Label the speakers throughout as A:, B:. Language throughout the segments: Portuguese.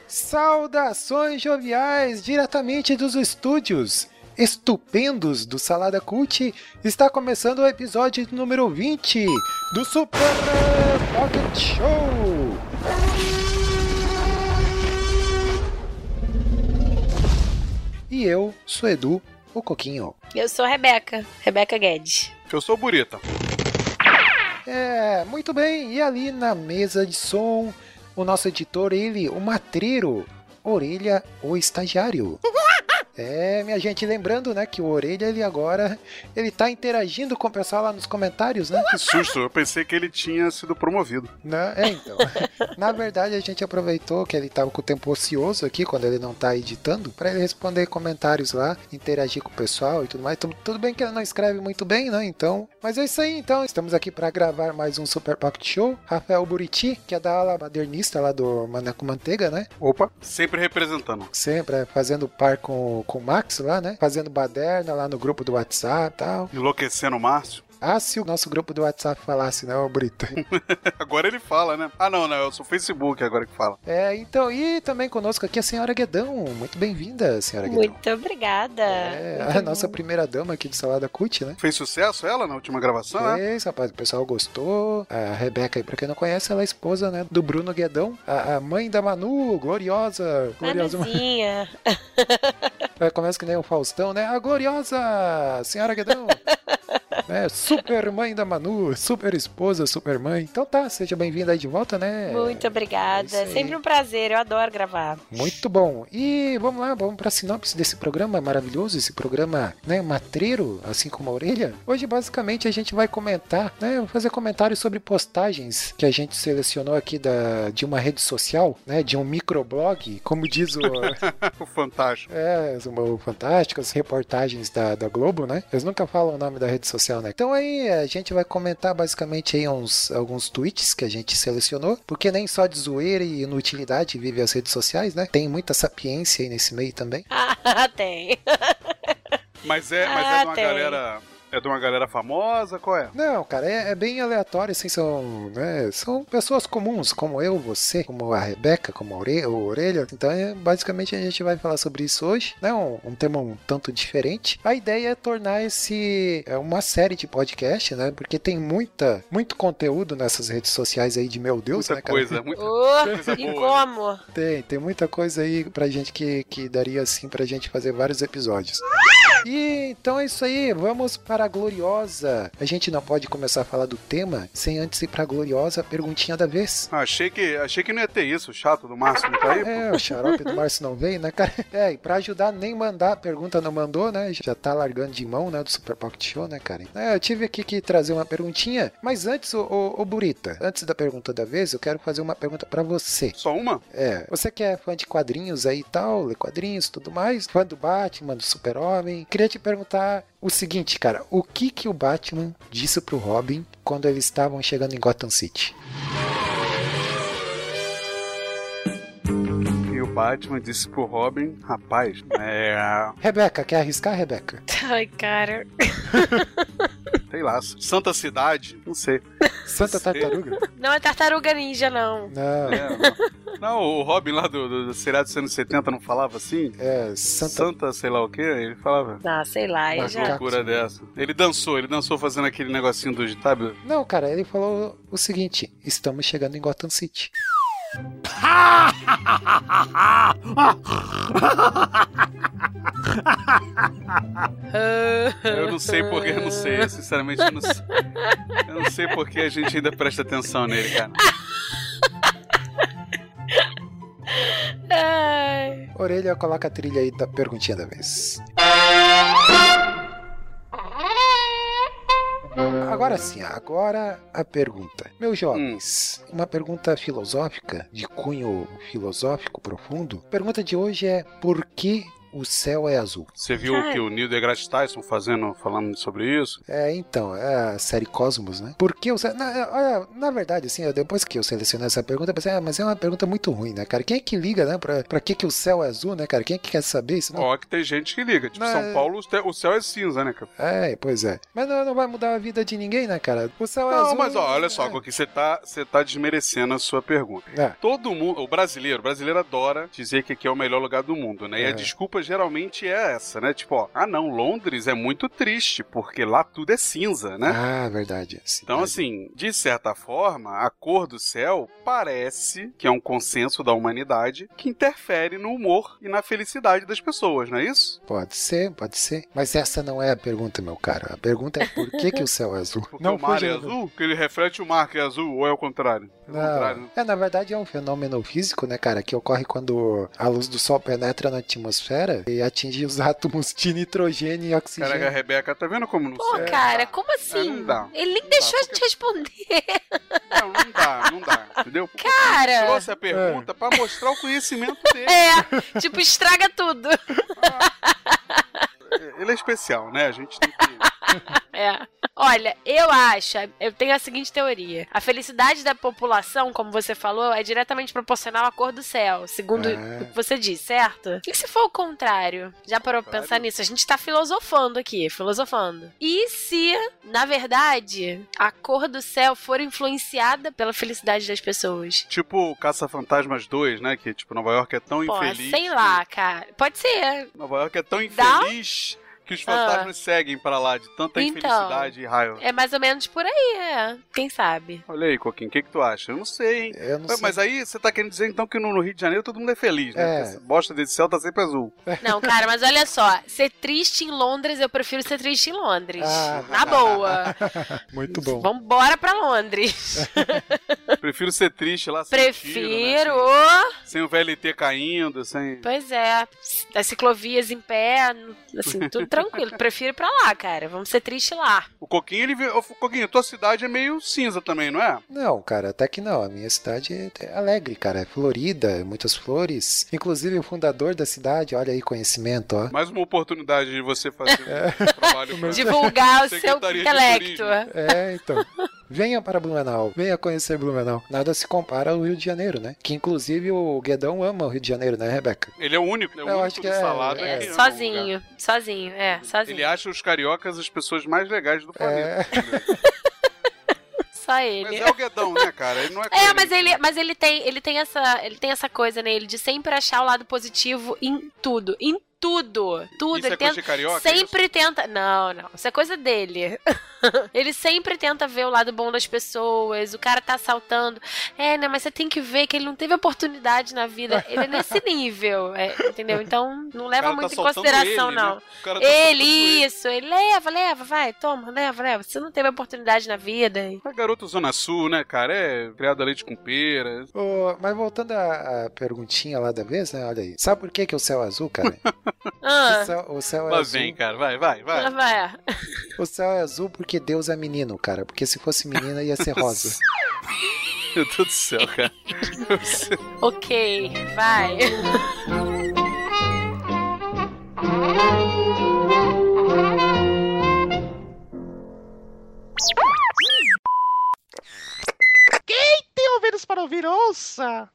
A: Saudações joviais diretamente dos estúdios estupendos do Salada Cult. Está começando o episódio número 20 do Super Pocket Show. E eu sou Edu, o Coquinho.
B: Eu sou a Rebeca, Rebeca Guedes.
C: Eu sou bonita.
A: É, muito bem, e ali na mesa de som, o nosso editor, ele, o matreiro, Orelha, o estagiário. É, minha gente, lembrando, né, que o Orelha, ele agora, ele tá interagindo com o pessoal lá nos comentários, né?
C: Que susto, eu pensei que ele tinha sido promovido.
A: Na, é, então. Na verdade, a gente aproveitou que ele tava com o tempo ocioso aqui, quando ele não tá editando, pra ele responder comentários lá, interagir com o pessoal e tudo mais. Então, tudo bem que ele não escreve muito bem, né? Então. Mas é isso aí, então. Estamos aqui pra gravar mais um Super Pocket Show. Rafael Buriti, que é da ala modernista lá do Mané com Manteiga, né?
C: Opa, sempre representando.
A: Sempre é, fazendo par com, com o Max lá, né? Fazendo baderna lá no grupo do WhatsApp e tal.
C: Enlouquecendo o Márcio.
A: Ah, se o nosso grupo do WhatsApp falasse, né, ô Buriti?
C: Agora ele fala, né? Ah, não, não, eu sou Facebook agora que fala.
A: É, então, e também conosco aqui a senhora Guedão. Muito bem-vinda, senhora Guedão.
B: Muito obrigada.
A: É,
B: Muito
A: a
B: bom.
A: nossa primeira dama aqui do Salada Cut, né?
C: Fez sucesso ela na última gravação, né?
A: Fez, rapaz, o pessoal gostou. A Rebeca, aí, pra quem não conhece, ela é esposa, né, do Bruno Guedão, a, a mãe da Manu, gloriosa, gloriosa.
B: Manuzinha.
A: É, Começa que nem o Faustão, né? A gloriosa senhora Guedão. É, super mãe da Manu, super esposa, super mãe. Então tá, seja bem-vinda aí de volta, né?
B: Muito obrigada.
A: é isso aí.
B: Sempre um prazer, eu adoro gravar.
A: Muito bom. E vamos lá, vamos para a sinopse desse programa maravilhoso, esse programa, né, matreiro, assim como a orelha. Hoje basicamente a gente vai comentar, né, fazer comentários sobre postagens que a gente selecionou aqui da de uma rede social, né, de um microblog, como diz o
C: Fantástico.
A: é, o fantástico, as reportagens da, da Globo, né? Eles nunca falam o nome da rede social, né? Então aí a gente vai comentar basicamente aí uns, alguns tweets que a gente selecionou, porque nem só de zoeira e inutilidade vive as redes sociais, né? Tem muita sapiência aí nesse meio também.
B: Ah, tem.
C: Mas é, mas é
B: Ah,
C: de uma
B: tem.
C: galera. É de uma galera famosa, qual é?
A: Não, cara, é, é bem aleatório, assim, são, né, são pessoas comuns, como eu, você, como a Rebeca, como a Ore- o Orelha. Então, é, basicamente, a gente vai falar sobre isso hoje, né, um, um tema um tanto diferente. A ideia é tornar esse é, uma série de podcast, né, porque tem muita, muito conteúdo nessas redes sociais aí de meu Deus,
C: Muita
A: né, cara?
C: coisa, muita
B: Oh,
C: Coisa
B: e
C: boa, né?
B: como?
A: Tem, tem muita coisa aí pra gente que, que daria assim pra gente fazer vários episódios. E então é isso aí, vamos para a gloriosa. A gente não pode começar a falar do tema sem antes ir pra gloriosa perguntinha da vez.
C: Ah, Achei que, achei que não ia ter isso, o chato do Márcio não tá aí, pô.
A: É, o xarope do Márcio não veio, né, cara? É, e pra ajudar, nem mandar a pergunta não mandou, né? Já tá largando de mão, né, do Super Pocket Show, né, cara? É, eu tive aqui que trazer uma perguntinha, mas antes, ô, ô, ô Burita, antes da pergunta da vez, eu quero fazer uma pergunta pra você.
C: Só uma?
A: É, você que é fã de quadrinhos aí e tal, lê quadrinhos e tudo mais, fã do Batman, do Super-Homem, queria te perguntar o seguinte, cara, o que que o Batman disse pro Robin quando eles estavam chegando em Gotham City?
C: E o Batman disse pro Robin, rapaz, é.
A: Rebeca, quer arriscar, Rebeca?
B: Ai, cara.
C: sei lá, Santa Cidade? Não sei.
A: Santa Tartaruga?
B: Não é tartaruga ninja, não.
A: Não,
C: É, não. não, o Robin lá do, do, do seriado dos anos 70 não falava assim?
A: é
C: Santa...
A: Santa...
C: sei lá o que, ele falava.
B: Ah, sei lá, eu
A: Mas
C: Que
B: já.
A: Macaco.
C: Loucura dessa. Ele dançou, ele dançou fazendo aquele negocinho do sabe?
A: Não, cara, ele falou o seguinte, estamos chegando em Gotham City.
B: Ah,
C: Eu não sei porque, eu não sei, sinceramente eu não sei. Eu não sei porque a gente ainda presta atenção nele, cara.
B: Ai.
A: Orelha, coloca a trilha aí da perguntinha da vez. Agora sim, agora a pergunta. Meus jovens,
C: Hum.
A: uma pergunta filosófica, de cunho filosófico profundo. A pergunta de hoje é: por que o céu é azul?
C: Você viu o que o Neil deGrasse Tyson fazendo, falando sobre isso?
A: É, então, é a série Cosmos, né? Por que o céu. Na, é, olha, na verdade, assim, eu- depois que eu selecionei essa pergunta, eu pensei, ah, mas é uma pergunta muito ruim, né, cara? Quem é que liga, né? Pra, pra que, que o céu é azul, né, cara? Quem é que quer saber isso? Não
C: Ó, que tem gente que liga. Tipo,
A: Não, é-
C: São Paulo, o céu- o céu é cinza, né, cara?
A: É, pois é. Mas não, não vai mudar a vida de ninguém, né, cara? O céu é
C: Não,
A: azul.
C: mas ó, olha só, né?
A: é.
C: Coqui, você tá, você tá desmerecendo a sua pergunta.
A: É.
C: Todo mundo, o brasileiro, o brasileiro adora dizer que aqui é o melhor lugar do mundo, né? E
A: É.
C: a desculpa geralmente é essa, né? Tipo, ó, ah não, Londres é muito triste, porque lá tudo é cinza, né?
A: Ah, verdade. Sim,
C: Então,
A: verdade.
C: assim, de certa forma, a cor do céu parece que é um consenso da humanidade que interfere no humor e na felicidade das pessoas, não é isso?
A: Pode ser, pode ser. Mas essa não é a pergunta, meu cara. A pergunta é por que, que o céu é azul?
C: Porque o mar
A: fuja
C: é
A: do-
C: azul, porque ele reflete o mar que é azul, ou é o contrário? É o contrário.
A: Não. É, na verdade é um fenômeno físico, né, cara, que ocorre quando a luz do sol penetra na atmosfera e atinge os átomos de nitrogênio e oxigênio.
C: Caraca, a Rebeca, tá vendo como não
B: Pô,
C: sei?
B: cara, como
C: tá-
B: assim?
C: É, não dá. Tá,
B: Ele nem deixou a
C: porque-
B: gente responder,
C: Não, não dá, não dá, entendeu? Eu
B: cara.
C: trouxe a
A: É.
C: pergunta pra mostrar o conhecimento dele.
B: É, tipo, estraga tudo.
C: Ele é especial, né? A gente tem que...
B: É. Olha, eu acho, eu tenho a seguinte teoria. A felicidade da população, como você falou, é diretamente proporcional à cor do céu, segundo
A: É.
B: o que você diz, certo? E se for o contrário? Já parou pra
C: Contrário?
B: pensar nisso? A gente tá filosofando aqui, filosofando. E se, na verdade, a cor do céu for influenciada pela felicidade das pessoas?
C: Tipo o Caça-Fantasmas 2, né? Que, tipo, Nova York é tão
B: Pô,
C: infeliz...
B: sei lá, cara. Pode ser.
C: Nova York é tão
B: Dá? Ah.
C: infeliz que os fantasmas seguem pra lá de tanta
B: Então.
C: infelicidade e raiva.
B: É mais ou menos por aí, é. Quem sabe?
C: Olha aí, Coquinho, o que, que tu acha? Eu não sei, hein?
A: Eu não
C: Ué,
A: sei.
C: Mas aí você tá querendo dizer então que no no Rio de Janeiro todo mundo é feliz, né?
A: É.
C: Porque essa bosta desse céu tá sempre azul.
B: Não, cara, mas olha só. Ser triste em Londres, eu prefiro ser triste em Londres.
A: Ah,
B: Na boa.
A: Muito bom.
B: Vambora pra Londres.
C: Prefiro ser triste lá sem
B: Prefiro.
C: tiro, né? Sem- Sem o VLT caindo, sem...
B: Pois é. As ciclovias em pé, assim, tudo tranquilo. Prefiro ir pra lá, cara. Vamos ser triste lá.
C: O Coquinho, ele... vê- Ô, Coquinho, tua cidade é meio cinza também, não é?
A: Não, cara, até que não. A minha cidade é- é alegre, cara. É florida, muitas flores. Inclusive o fundador da cidade, olha aí, conhecimento, ó.
C: Mais uma oportunidade de você fazer
A: É.
C: um trabalho. pra-
B: Divulgar o seu
C: Secretaria de
B: intelecto.
C: Turismo.
A: É, então. Venha para Blumenau, venha conhecer Blumenau. Nada se compara ao Rio de Janeiro, né? Que inclusive o Guedão ama o Rio de Janeiro, né, Rebeca?
C: Ele é o único, né? O
A: Eu
C: único
A: acho que
C: do
A: é-
C: salado
A: é,
C: que ama o lugar.
B: Sozinho. Sozinho, é. Sozinho.
C: Ele acha os cariocas as pessoas mais legais do planeta.
A: É,
B: Só ele.
C: Mas é o Guedão, né, cara? Ele não é
B: É,
C: coerente.
B: mas ele, mas ele tem, ele tem essa, ele tem essa coisa nele de sempre achar o lado positivo em tudo, em tudo, tudo.
C: Isso
B: ele
C: é coisa
B: tenta,
C: de carioca?
B: sempre tenta. Não, não. Isso é coisa dele. ele sempre tenta ver o lado bom das pessoas. O cara tá assaltando. É, né? Mas você tem que ver que ele não teve oportunidade na vida. Ele é nesse nível, é, entendeu? Então não leva
C: cara tá
B: muito em
C: soltando
B: consideração,
C: ele, né?
B: não.
C: O cara tá
B: Ele,
C: soltando ele.
B: isso, ele leva, leva, vai, toma, leva, leva. Você não teve oportunidade na vida.
C: É garoto Zona Sul, né, cara? É criado a leite com pera.
A: Ô, mas voltando à, à perguntinha lá da vez, né? Olha aí. Sabe por que, que o céu é azul, cara?
B: Ah,
A: o, céu, o céu é
C: Lá
A: azul.
C: vem, cara. Vai, vai, vai.
B: lá vai.
A: O céu é azul porque Deus é menino, cara. Porque se fosse menina ia ser rosa.
C: Meu Deus do céu, cara.
B: Ok, vai.
D: Tem ouvidos para ouvir, ouça!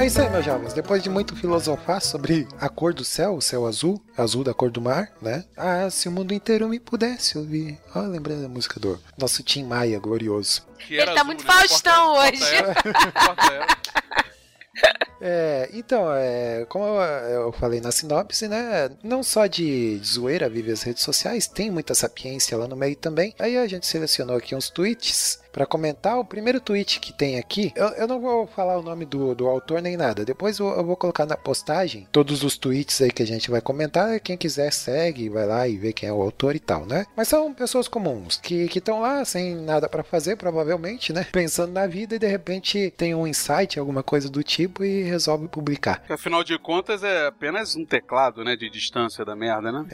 A: É isso aí, meus jovens. Depois de muito filosofar sobre a cor do céu, o céu azul, azul da cor do mar, né? Ah, se o mundo inteiro me pudesse ouvir. Ó, lembrando da música do nosso Tim Maia glorioso.
C: Que
B: Ele
C: era
B: tá
C: azul,
B: muito
C: né?
B: Faustão
C: Corta-
B: hoje.
C: Corta ela. Corta
A: É, então, é, como eu, eu falei na sinopse, né? Não só de zoeira vive as redes sociais, tem muita sapiência lá no meio também. Aí a gente selecionou aqui uns tweets para comentar o primeiro tweet que tem aqui. Eu, eu não vou falar o nome do, do autor nem nada. Depois eu, eu vou colocar na postagem todos os tweets aí que a gente vai comentar. Quem quiser segue, vai lá e vê quem é o autor e tal, né? Mas são pessoas comuns que estão lá sem nada para fazer, provavelmente, né? Pensando na vida e de repente tem um insight, alguma coisa do tipo e resolve publicar.
C: Porque, afinal de contas, é apenas um teclado, né? De distância da merda, né?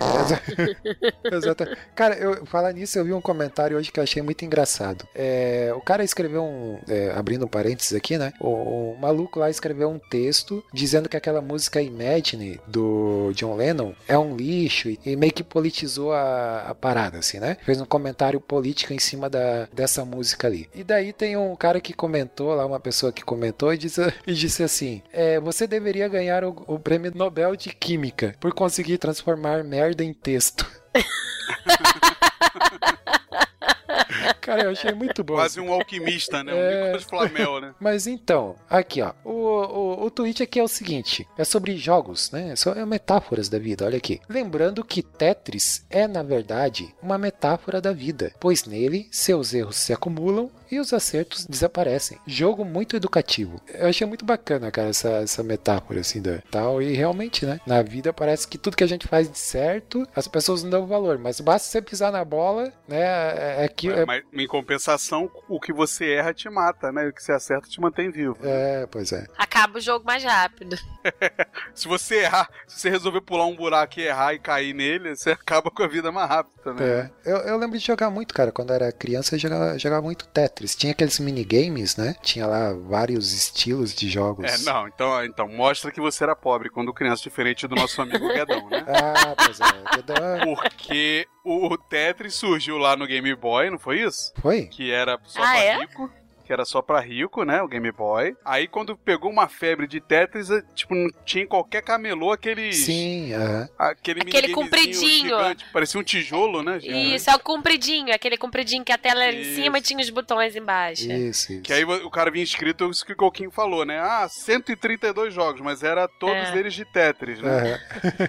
A: Exato. Cara, eu falar nisso, eu vi um comentário hoje que eu achei muito engraçado. É, o cara escreveu um. é, abrindo um parênteses aqui, né? O, o maluco lá escreveu um texto dizendo que aquela música Imagine do John Lennon é um lixo e, e meio que politizou a, a parada, assim, né? Fez um comentário político em cima da, dessa música ali. E daí tem um cara que comentou lá, uma pessoa que comentou e disse, e disse assim: é, Você deveria ganhar o- o prêmio Nobel de Química por conseguir transformar merda em texto. Cara, eu achei muito bom.
C: Quase um alquimista, né? Um
A: É.
C: Nicolas Flamel, né?
A: Mas então, aqui ó, o, o, o tweet aqui é o seguinte: é sobre jogos, né? São é metáforas da vida, olha aqui. Lembrando que Tetris é, na verdade, uma metáfora da vida, pois nele seus erros se acumulam e os acertos desaparecem. Jogo muito educativo. Eu achei muito bacana, cara, essa, essa metáfora assim da tal. E realmente, né? Na vida parece que tudo que a gente faz de certo, as pessoas não dão valor, mas basta você pisar na bola, né? É, é que, é-
C: Mas, em compensação, o que você erra te mata, né? E o que você acerta te mantém vivo.
A: é, pois é.
B: Acaba o jogo mais rápido.
C: Se você errar, se você resolver pular um buraco e errar e cair nele, você acaba com a vida mais né? rápido também.
A: É. Eu, eu lembro de jogar muito, cara. Quando era criança, eu jogava, jogava muito Tetris. Tinha aqueles minigames, né? Tinha lá vários estilos de jogos.
C: É, não, então, então mostra que você era pobre quando criança, diferente do nosso amigo Guedão, né?
A: Ah, pois é. Que da-
C: Porque o Tetris surgiu lá no Game Boy, não foi isso?
A: Foi?
C: Que era só
B: Ah,
C: pra
B: é?
C: rico. Que era só pra rico, né? O Game Boy. Aí quando pegou uma febre de Tetris, eh, tipo, não tinha em qualquer camelô aqueles.
A: Sim, aham.
C: Aquele,
B: Aquele
C: minigamezinho
B: compridinho.
C: Gigante, parecia um tijolo, né? gente?
B: Isso, é o compridinho, aquele compridinho que a tela era em
C: Isso.
B: cima e tinha os botões embaixo.
A: Isso, isso.
C: Que aí o cara vinha escrito isso que o Coquinho falou, né? Ah, 132 jogos, mas era todos
B: É.
C: eles de Tetris, né?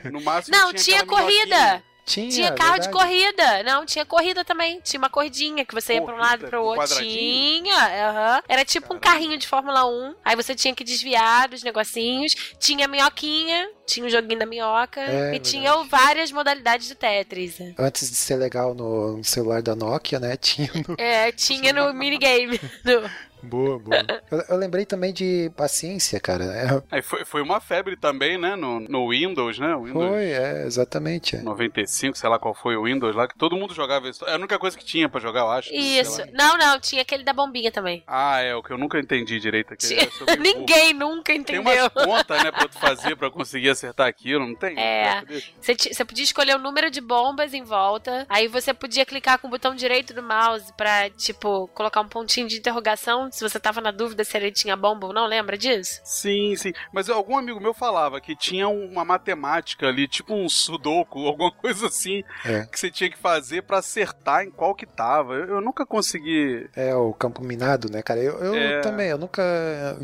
A: Aham.
C: No máximo
B: Não,
C: tinha,
B: tinha
C: aquela
B: corrida.
C: minhoquinha.
A: Tinha,
B: Tinha carro de
A: É verdade.
B: corrida. Não, tinha corrida também. Tinha uma corridinha que você ia pra um
C: Corrida
B: lado e pro
C: com
B: outro.
C: quadradinho?
B: Tinha. aham. Era tipo um carrinho de Fórmula 1. Aí você tinha que desviar dos negocinhos. Tinha a minhoquinha. Tinha o joguinho da minhoca.
A: É,
B: e tinha várias modalidades de Tetris.
A: Antes de ser legal no, no celular da Nokia, né? Tinha.
B: é, tinha no minigame. No...
A: Boa, boa. Eu, eu lembrei também de paciência, cara. É,
C: Aí foi, foi uma febre também, né? No, no Windows, né? O Windows
A: foi, é, exatamente. é.
C: 95, sei lá qual foi o Windows lá, que todo mundo jogava isso. Era a única coisa que tinha pra jogar, eu acho. sei
B: Isso.
C: lá.
B: Não, não. Tinha aquele da bombinha também.
C: Ah, é, o que eu nunca entendi direito aqui.
B: Tinha- Ninguém nunca
C: Tem
B: entendeu.
C: umas contas, né, pra tu fazer pra conseguir acertar aquilo, não tem?
B: É. Você, ti- você podia escolher o número de bombas em volta. Aí você podia clicar com o botão direito do mouse pra, tipo, colocar um pontinho de interrogação. Se você tava na dúvida se ele tinha bomba ou não, lembra disso?
C: Sim, sim. Mas algum amigo meu falava que tinha uma matemática ali, tipo um sudoku, alguma coisa assim,
A: É.
C: que você tinha que fazer pra acertar em qual que tava. Eu, eu nunca consegui.
A: É, o campo minado, né, cara? Eu, eu
C: É.
A: também, eu nunca,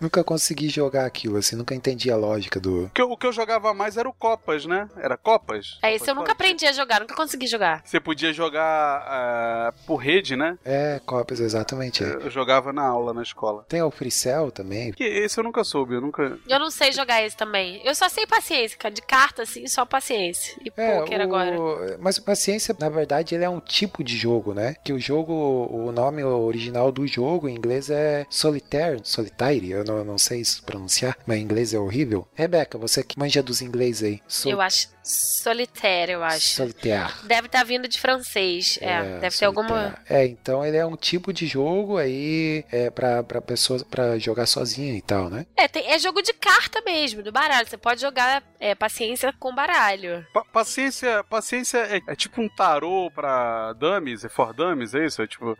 A: nunca consegui jogar aquilo, assim, nunca entendi a lógica do.
C: O que, eu, o que eu jogava mais era o Copas, né? Era Copas?
B: É isso, eu nunca
C: Copas.
B: aprendi a jogar, nunca consegui jogar.
C: Você podia jogar ah, por rede, né?
A: É, Copas, exatamente. é.
C: Eu jogava na aula na escola.
A: Tem o Freecell também.
C: Que esse eu nunca soube, eu nunca.
B: Eu não sei jogar esse também. Eu só sei paciência, cara. De carta, assim, só paciência. E
A: É,
B: poker agora.
A: o... Mas o Paciência, na verdade, ele é um tipo de jogo, né? Que o jogo, o nome original do jogo em inglês é Solitaire, Solitaire, eu não, não sei se pronunciar, mas em inglês é horrível. Rebeca, você que manja dos inglês aí. Sol...
B: Eu acho. Solitário, eu acho.
A: Solitaire.
B: Deve estar vindo de francês. É, deve ter alguma.
A: solitaire. É, então ele é um tipo de jogo aí é, pra, pra pessoas pra jogar sozinha e tal, né?
B: É, tem- é jogo de carta mesmo, do baralho. Você pode jogar é, paciência com baralho.
C: Pa- paciência paciência é, é tipo um tarô pra dummies, é for dummies, é isso? É tipo.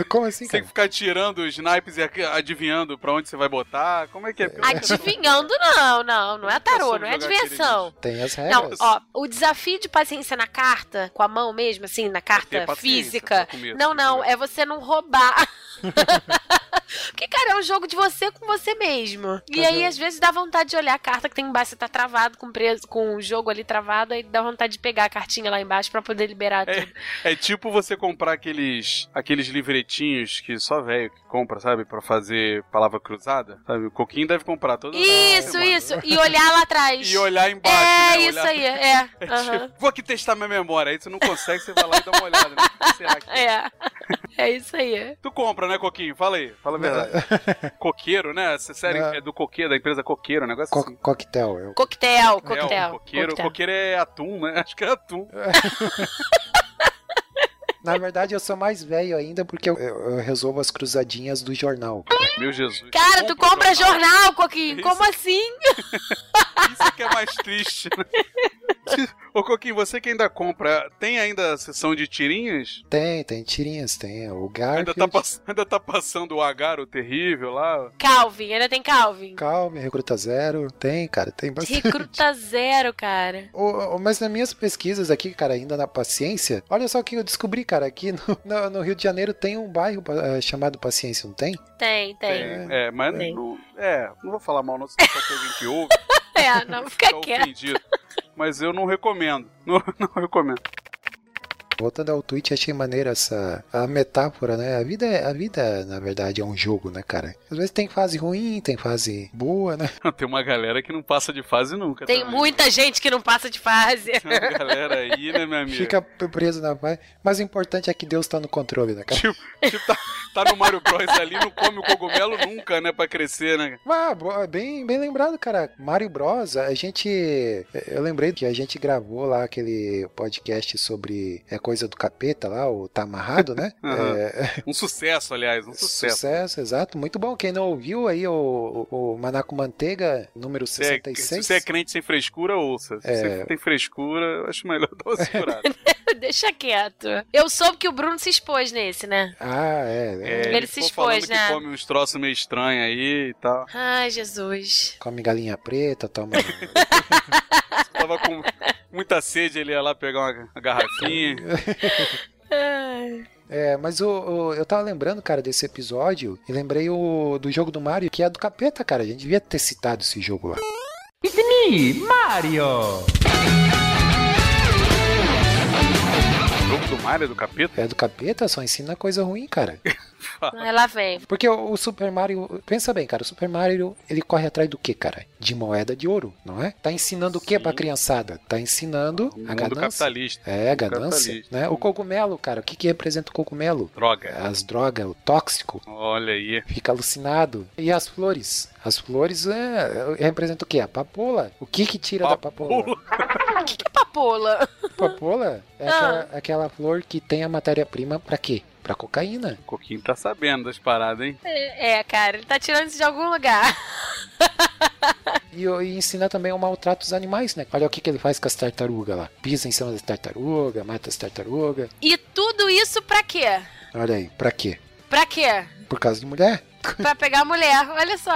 A: É, como assim,
C: Você tem
A: cara?
C: que ficar tirando os naipes e ac- adivinhando pra onde você vai botar. Como é que é? Porque eu-
B: Adivinhando, não, não. Não é tarô, não é
C: Eu soube jogar É,
B: adivinhação.
A: Tem as
B: Não,
A: regras.
B: ó, o desafio de paciência na carta, com a mão mesmo, assim,
C: Ter
B: na carta
C: é paciência,
B: física.
C: tá com medo, tá
B: Não,
C: com
B: não,
C: medo.
B: é você não roubar. Porque, cara, é um jogo de você com você mesmo. E aí, às vezes, dá vontade de olhar a carta que tem embaixo, você tá travado com, preso, com o jogo ali travado, aí dá vontade de pegar a cartinha lá embaixo pra poder liberar
C: É.
B: tudo.
C: É tipo você comprar aqueles aqueles livretinhos que só velho que compra, sabe? Pra fazer palavra cruzada. Sabe? O Coquinho deve comprar toda
B: Isso,
C: semana.
B: isso. E olhar lá atrás.
C: E olhar embaixo.
B: é,
C: né?
B: isso
C: Olhar-
B: aí. É. Aham.
C: Tipo, vou aqui testar minha memória. Aí você não consegue, você vai lá e dá uma olhada. Né? O que será que...
B: É.
C: tipo
B: É isso aí.
C: Tu compra, né, Coquinho? Fala aí, fala a verdade. coqueiro, né? Essa série
A: Não.
C: é do coqueiro, da empresa coqueiro, um negócio
A: Co
C: assim.
A: coquetel. Eu...
B: Coquetel,
C: É,
B: coquetel.
C: o coqueiro,
B: coquetel.
C: coqueiro é atum, né? Acho que é atum.
A: Na verdade, eu sou mais velho ainda porque eu, eu- eu resolvo as cruzadinhas do jornal.
C: Meu Jesus.
B: Cara, tu compra jornal, Coquinho.
C: Isso.
B: Como assim?
C: Isso que é mais triste, né? Ô, Coquinho, você que ainda compra, tem ainda a sessão de tirinhas?
A: Tem, tem tirinhas, tem o Garfield,
C: Ainda tá, pass- ainda tá passando o Agar, o terrível lá?
B: Calvin, ainda tem Calvin.
A: Calme, Recruta Zero. Tem, cara, tem bastante.
B: Recruta zero, cara.
A: Ô, ô, mas nas minhas pesquisas aqui, cara, ainda na paciência, olha só o que eu descobri, cara. Aqui no, no- no Rio de Janeiro tem um bairro eh, chamado Paciência, não tem?
B: Tem, tem.
C: É, mas
B: Tem.
C: não. É, não vou falar mal, não, senão só tem alguém que ouve,
B: É, não
C: fica
B: fica quieto.
C: ofendido. Mas eu não recomendo. Não, não recomendo.
A: Voltando ao tweet, achei maneira essa a metáfora, né? A vida, é- a vida, na verdade, é um jogo, né, cara? Às vezes tem fase ruim, tem fase boa, né?
C: Tem uma galera que não passa de fase nunca.
B: Tem
C: também.
B: muita gente que não passa de fase.
C: Tem uma galera aí, né, minha amiga?
A: Fica preso na paz. Mas o importante é que Deus tá no controle, né, cara?
C: Tipo, tipo, tá, tá no Mario Bros ali, não come o cogumelo nunca, né, pra crescer, né?
A: Ah, boa, bem, bem lembrado, cara. Mario Bros, a gente. eh, Eu lembrei que a gente gravou lá aquele podcast sobre é coisa do capeta lá, o tá amarrado, né?
C: Aham.
A: É,
C: Um sucesso, aliás, um sucesso.
A: exato. Muito bom. Quem não ouviu aí o, o, o Manaco Manteiga, número
C: Se é- Se
A: 66.
C: você é crente sem frescura, ouça. Se
A: É.
C: você tem frescura, eu acho melhor dar uma segurada.
B: Deixa quieto. Eu soube que o Bruno se expôs nesse, né?
A: Ah, é. é.
B: Ele se
C: ficou
B: expôs,
C: falando
B: né?
C: Que come uns troços meio estranhos aí e tal.
B: Ai, Jesus.
A: Come galinha preta, toma.
C: Tava com muita sede, ele ia lá pegar uma uma garrafinha.
B: Ai.
A: é, mas o, o- eu tava lembrando, cara, desse episódio e lembrei o, do jogo do Mario, que é do capeta, cara. A gente devia ter citado esse jogo lá.
C: O jogo do Mario, do capeta.
A: É do capeta, só ensina coisa ruim, cara.
C: Ah.
B: Ai, lá vem.
A: Porque o, o Super Mario, pensa bem, cara, o Super Mario, ele corre atrás do quê, cara? De moeda de ouro, não é? Tá ensinando o quê
C: Sim.
A: pra criançada? Tá ensinando
C: O
A: a
C: mundo
A: ganância.
C: capitalista.
A: É, a ganância,
C: capitalista.
A: né? O cogumelo, cara, o que que representa o cogumelo?
C: Droga.
A: As drogas, o tóxico,
C: Olha aí.
A: fica alucinado. E as flores? As flores é, representa o quê? A papoula. O que que tira da papoula?
B: Papola.
A: Papoula é
B: Ah.
A: aquela, aquela flor que tem a matéria-prima pra quê? Pra cocaína.
C: O Coquinho tá sabendo das paradas, hein?
B: É, cara, ele tá tirando isso de algum lugar.
A: E, e ensina também o maltrato dos animais, né? Olha o que, que ele faz com as tartarugas lá. Pisa em cima das tartarugas, mata as tartarugas.
B: E tudo isso pra quê?
A: Olha aí, pra quê?
B: Pra quê?
A: Por causa de mulher?
B: Pra pegar a mulher, olha só.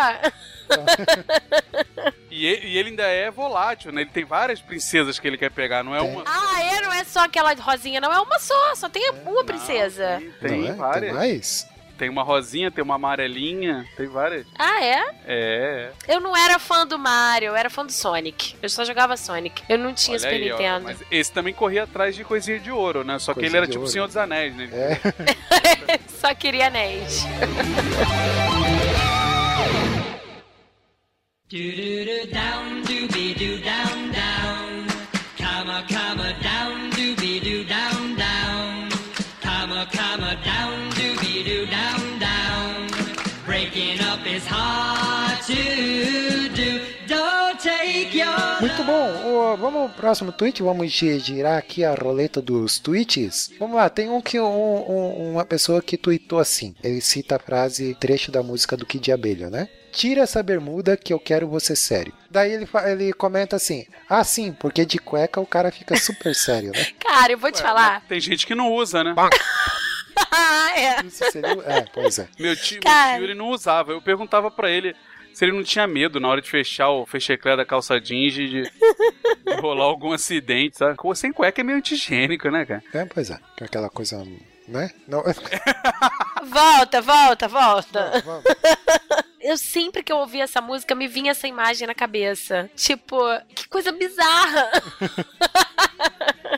C: E e- e ele ainda é volátil, né? Ele tem várias princesas que ele quer pegar, não é
A: Tem.
C: uma.
B: Ah, é, não é só aquela rosinha, não é uma só, só tem uma
C: Não, né?
B: princesa.
C: tem-
A: Não
C: tem
A: é?
C: várias.
A: Tem mais?
C: Tem uma rosinha, tem uma amarelinha, tem várias.
B: Ah, é?
C: É, é.
B: Eu não era fã do Mario, eu era fã do Sonic. Eu só jogava Sonic. Eu não tinha
C: Olha
B: Super
C: aí, ó.
B: Nintendo.
C: Mas esse também corria atrás de coisinha de ouro, né? Só que
A: Coisinha
C: ele era
A: de
C: tipo o
A: ouro.
C: Senhor dos Anéis, né?
A: É.
B: Só queria anéis.
E: Doo-doo-doo down, doo-be-doo down, down. Comma, comma, down, doo-be-doo down, down. Comma, comma, down, doo-be-doo down, down. Breaking up is hard to do. Don't take your
A: Muito bom. Ô, vamos pro próximo tweet. Vamos gi- girar aqui a roleta dos tweets. Vamos lá. Tem um que um- um- uma pessoa que tweetou assim. Ele cita a frase trecho da música do Kid Abelha, né? Tira essa bermuda que eu quero você sério. Daí ele, fa- ele comenta assim: Ah, sim, porque de cueca o cara fica super sério, né?
B: Cara, eu vou te
C: Ué,
B: falar.
C: mas Tem gente que não usa, né?
B: Ah, é.
A: Isso seria. o- É, pois é.
C: Meu tio,
B: Cara.
C: meu tio ele não usava. Eu perguntava pra ele se ele não tinha medo na hora de fechar o fecheclé da calça jeans de, de rolar algum acidente, sabe? Sem cueca é meio antigênico, né, cara?
A: É, pois é. Que é Aquela coisa né? Não,
B: Volta, volta, volta.
A: vamos.
B: Eu sempre que eu ouvia essa música, me vinha essa imagem na cabeça. Tipo, que coisa bizarra.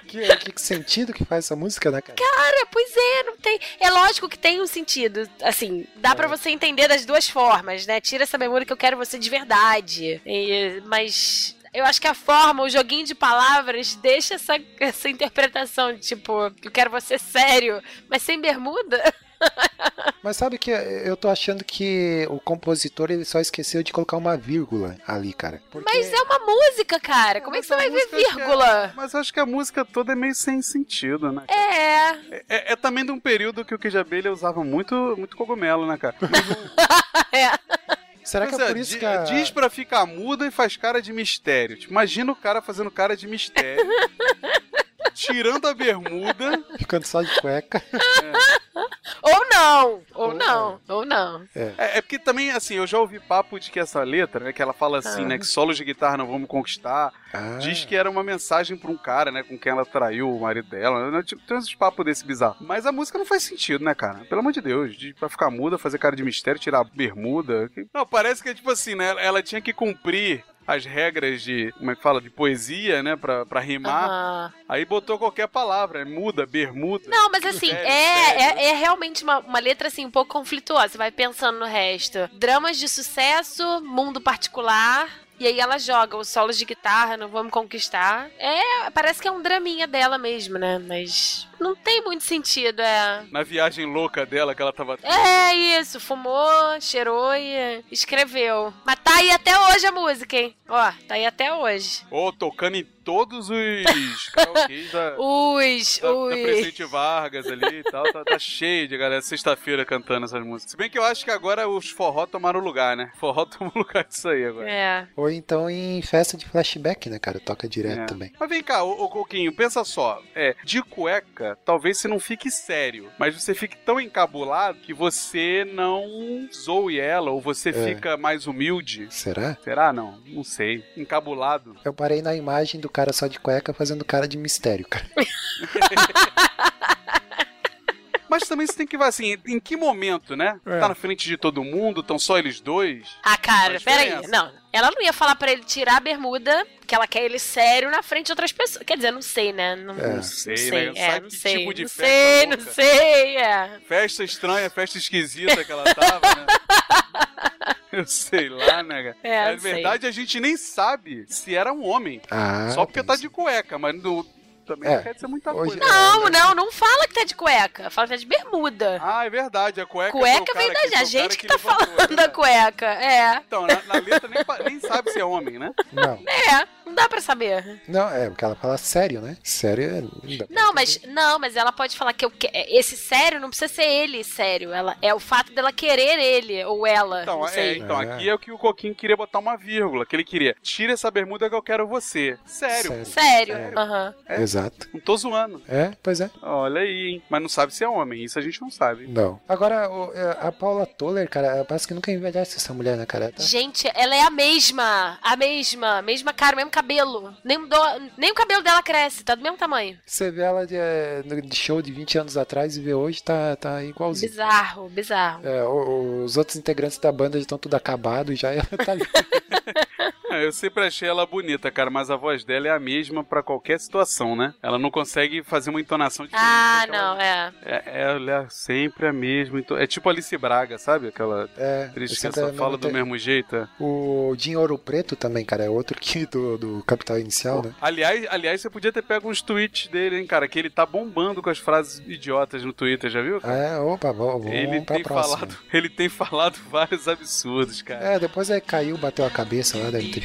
A: que, que- que sentido que faz essa música, né, cara?
B: Cara, pois é, não tem. É lógico que tem um sentido. Assim, dá pra você entender das duas formas, né? Tira essa memória que eu quero você de verdade. E- mas. Eu acho que a forma, o joguinho de palavras, deixa essa, essa interpretação de tipo, eu quero você sério, mas sem bermuda?
A: Mas sabe que eu tô achando que o compositor ele só esqueceu de colocar uma vírgula ali, cara. Porque-
B: Mas é uma música, cara. Como é que você vai ver
C: música, acho que é-
B: vírgula?
C: Mas eu acho que a música toda é meio sem sentido, né?
B: É.
C: É, é também de um período que o queijo abelha usava muito, muito cogumelo, né, cara?
B: é.
A: Será que
C: Então,
A: é
C: assim,
A: por isso
C: di-
A: que a...
C: Diz pra ficar muda e faz cara de mistério. Tipo, imagina o cara fazendo cara de mistério. tirando a bermuda.
A: Ficando só de cueca.
B: Ou não. Ou
A: Ou
B: não. Ou não.
C: É, é porque também, assim, eu já ouvi papo de que essa letra, né, que ela fala assim,
B: Ah.
C: né, que solos de guitarra não vão me conquistar.
A: Ah,
C: Diz que era uma mensagem pra um cara, né, com quem ela traiu o marido dela. Né, tipo, tem uns papos desse bizarro. Mas a música não faz sentido, né, cara? Pelo amor de Deus. De, pra ficar muda, fazer cara de mistério, tirar a bermuda. que- Não, parece que é tipo assim, né? Ela tinha que cumprir as regras de, como é que fala, de poesia, né, pra, pra rimar.
B: Aham.
C: Aí botou qualquer palavra, né, muda, bermuda.
B: Não, mas assim,
C: Sério,
B: é,
C: sério.
B: é, é realmente uma, uma letra assim um pouco conflituosa. Você vai pensando no resto. Dramas de sucesso, mundo particular. E aí ela joga os solos de guitarra, não vamos conquistar. É, parece que é um draminha dela mesmo, né? Mas não tem muito sentido, é.
C: Na viagem louca dela que ela tava.
B: É isso, fumou, cheirou e escreveu. Mas tá aí até hoje a música, hein? Ó, tá aí até hoje.
C: Ô, tocando em todos os karaokês da.
B: Os,
C: Da, da
B: os.
C: Presidente Vargas ali e tal, tá, tá cheio de galera sexta-feira cantando essas músicas. Se bem que eu acho que agora os forró tomaram lugar, né? Forró tomou lugar disso aí agora.
B: É.
A: Ou então em festa de flashback, né, cara? Toca direto
C: É.
A: também.
C: Mas vem cá, ô, ô Coquinho, pensa só. É, de cueca, talvez você não fique sério, mas você fique tão encabulado que você não zoe ela, ou você fica mais humilde.
A: Será?
C: Será? Não, não sei. Encabulado.
A: Eu parei na imagem do cara só de cueca fazendo cara de mistério, cara.
C: Mas também você tem que ver assim, em que momento, né?
A: É.
C: Tá na frente de todo mundo, estão só eles dois.
B: Ah, cara,
C: Faz
B: peraí.
C: diferença.
B: Não, ela não ia falar pra ele tirar a bermuda, que ela quer ele sério na frente de outras pessoas. Quer dizer, não sei, né? Não,
A: É.
B: não
C: sei, né?
B: sei, é,
C: Sabe
B: não
C: que
B: sei.
C: tipo de
B: não
C: festa
B: sei,
C: louca?
B: não sei, é.
C: Festa estranha, festa esquisita que ela tava, né? Eu sei lá, né, cara?
B: É,
C: Na
B: não sei.
C: verdade, a gente nem sabe se era um homem.
A: Ah,
C: só porque
A: tem
C: tá
A: isso.
C: de cueca, mas no- também
A: É.
C: não quer dizer muita
A: Hoje-
C: coisa. né?
B: Não, não, não fala que tá de cueca. Fala que tá de bermuda.
C: Ah, é verdade, a cueca.
B: cueca
C: foi o
B: vem
C: cara
B: da
C: foi
B: gente,
C: o cara
B: que, tá
C: levantou,
B: falando
C: né?
B: da cueca. É,
C: Então, na, na letra nem, pa- nem sabe se é homem, né?
A: Não,
B: é. Não dá pra saber.
A: não, é porque ela fala sério, né? Sério é... não dá pra
B: Não,
A: entender.
B: mas não, mas ela pode falar que eu que... esse sério não precisa ser ele sério. Ela é o fato dela querer ele ou ela.
C: Então,
B: não
C: é,
B: sei.
C: então
A: É.
C: aqui é o que o Coquinho queria botar uma vírgula, que ele queria. Tira essa bermuda que eu quero você. Sério,
A: Sério.
B: Sério.
A: Sério.
B: Aham.
C: É.
A: Exato.
C: não tô zoando.
A: É, pois é.
C: Olha aí, hein? Mas não sabe se é homem, isso a gente não sabe.
A: Não. Agora, o- é, a Paula Toller, cara, parece que nunca envelhece essa mulher, né, cara? Tá-
B: Gente, ela é a mesma. A mesma. Mesma cara, mesmo cabelo. Nem, mudou, nem o cabelo dela cresce, tá do mesmo tamanho.
A: Você vê ela de, eh, no- de show de 20 anos atrás e vê hoje, tá, tá igualzinho.
B: Bizarro, bizarro.
A: É, o- os outros integrantes da banda já estão tudo acabado e já ela tá ali.
C: É, Eu sempre achei ela bonita, cara, mas a voz dela é a mesma pra qualquer situação, né? Ela não consegue fazer uma entonação diferente.
B: Ah,
C: daquela-
B: não, é.
C: É, é, ela é sempre a mesma. então- É tipo Alice Braga, sabe? Aquela
A: É,
C: atriz que
A: sempre
C: só
A: é
C: fala do
A: muito-
C: mesmo jeito. é.
A: O Jim Ouro Preto também, cara, é outro que do, do Capital Inicial, né?
C: Aliás, aliás, você podia ter pego uns tweets dele, hein, cara? Que ele tá bombando com as frases idiotas no Twitter, já viu?
A: É, opa, vamos,
C: ele
A: vamos pra
C: tem
A: próxima.
C: falado, ele tem falado vários absurdos, cara.
A: É, depois aí caiu, bateu a cabeça lá, deve ter ficado.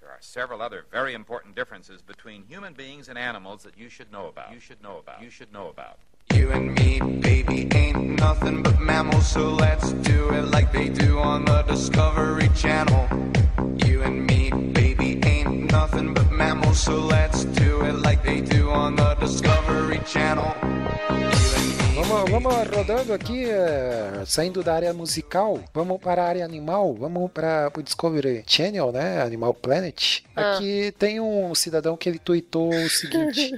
F: There are several other very important differences between human beings and animals that you should know about. You should know about. You should know about.
G: You and me, baby, ain't nothing but mammals, so let's do it like they do on the Discovery Channel. You and me, baby, ain't nothing but mammals, so let's do it like they do on the Discovery Channel. You and me,
A: Vamos Vamos, vamos rodando aqui, eh, saindo da área musical, vamos para a área animal, vamos para o Discovery Channel, né? Animal Planet.
B: Ah.
A: Aqui tem um cidadão que ele tuitou o seguinte: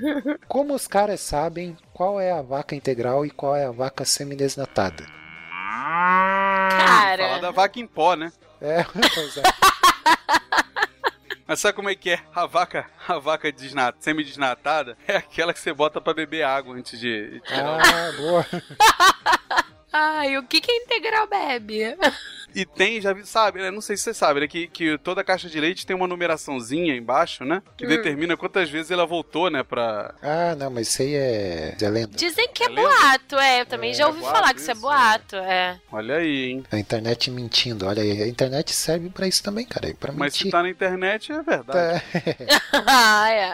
A: Como os caras sabem qual é a vaca integral e qual é a vaca semidesnatada?
C: Falar da
B: Cara,
C: vaca em pó, né?
A: É, pois é.
C: Mas sabe como é que é? A vaca, a vaca desna- semidesnatada é aquela que você bota pra beber água antes de.
A: Ah, boa.
B: ai, o que que é integral bebe?
C: E tem, já vi, sabe, né? Não sei se você sabe, né? Que, que toda caixa de leite tem uma numeraçãozinha embaixo, né? Que
B: Hum.
C: determina quantas vezes ela voltou, né? Pra.
A: Ah, não, mas isso aí é, é lenda.
B: Dizem que
C: É
B: é
C: lenda?
B: boato, é. Eu também já ouvi
C: boato
B: falar que isso é
C: isso?
B: boato, é.
C: Olha aí, hein?
A: A internet mentindo, olha aí, a internet serve pra isso também, cara, pra
C: Mas se
A: mentir.
C: tá na internet, é verdade.
A: É.
B: ah, é.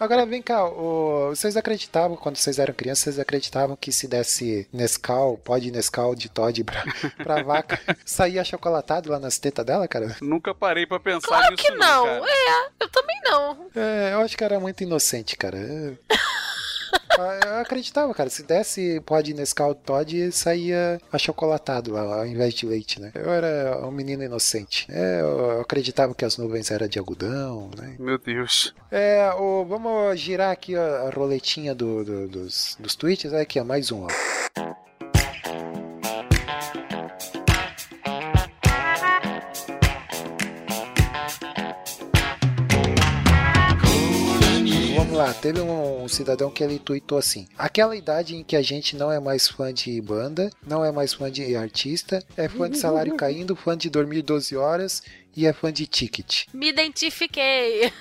A: Agora vem cá, o- vocês acreditavam, quando vocês eram crianças, vocês acreditavam que se desse Nescau, pó de Nescau de Todd pra, pra vaca, saía achocolatado lá nas tetas dela, cara?
C: Nunca parei pra pensar
B: Claro
C: nisso.
B: que não.
C: cara.
B: É, eu também não.
A: É, eu acho que era muito inocente, cara. É. Ah, Eu acreditava, cara, se desse pó de Nescau Todd, saía achocolatado lá, ao invés de leite, né? Eu era um menino inocente. É, eu acreditava que as nuvens eram de algodão, né?
C: Meu Deus.
A: É, o- vamos girar aqui ó, a roletinha do- do- dos, dos tweets. Olha Aqui, ó, mais um. Ó. Vamos lá, teve um, cidadão que ele tweetou assim: aquela idade em que a gente não é mais fã de banda, não é mais fã de artista, é fã de salário caindo, fã de dormir 12 horas e é fã de ticket.
B: Me identifiquei.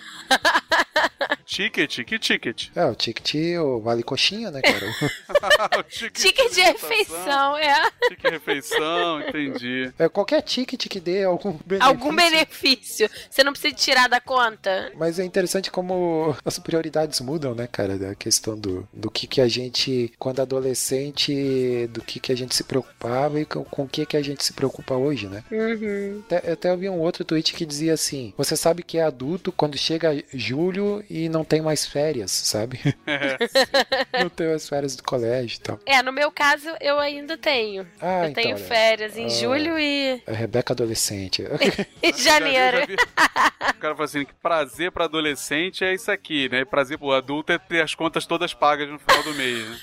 C: Ticket, que ticket?
A: É, o ticket, o vale coxinha, né, cara?
C: Ah, o ticket,
B: Ticket de refeição, é.
C: Ticket refeição, entendi.
A: É qualquer ticket que dê algum benefício.
B: Algum benefício. Você não precisa tirar da conta.
A: Mas é interessante como as prioridades mudam, né, cara? Da questão do, do que que a gente, quando adolescente, do que que a gente se preocupava e com, com o que que a gente se preocupa hoje, né? Até, eu até vi um outro tweet que dizia assim: Você sabe que é adulto quando chega julho e não tem mais férias, sabe? não tem as férias do colégio e tal.
B: É, no meu caso, eu ainda tenho.
A: Ah,
B: eu
A: então.
B: tenho
A: olha,
B: férias em
A: Ah.
B: julho e
A: a Rebeca adolescente. É
B: em janeiro.
C: Ah, Já vi- já vi. O cara fala assim: que prazer pra adolescente é isso aqui, né? Prazer pro adulto é ter as contas todas pagas no final do mês. Né?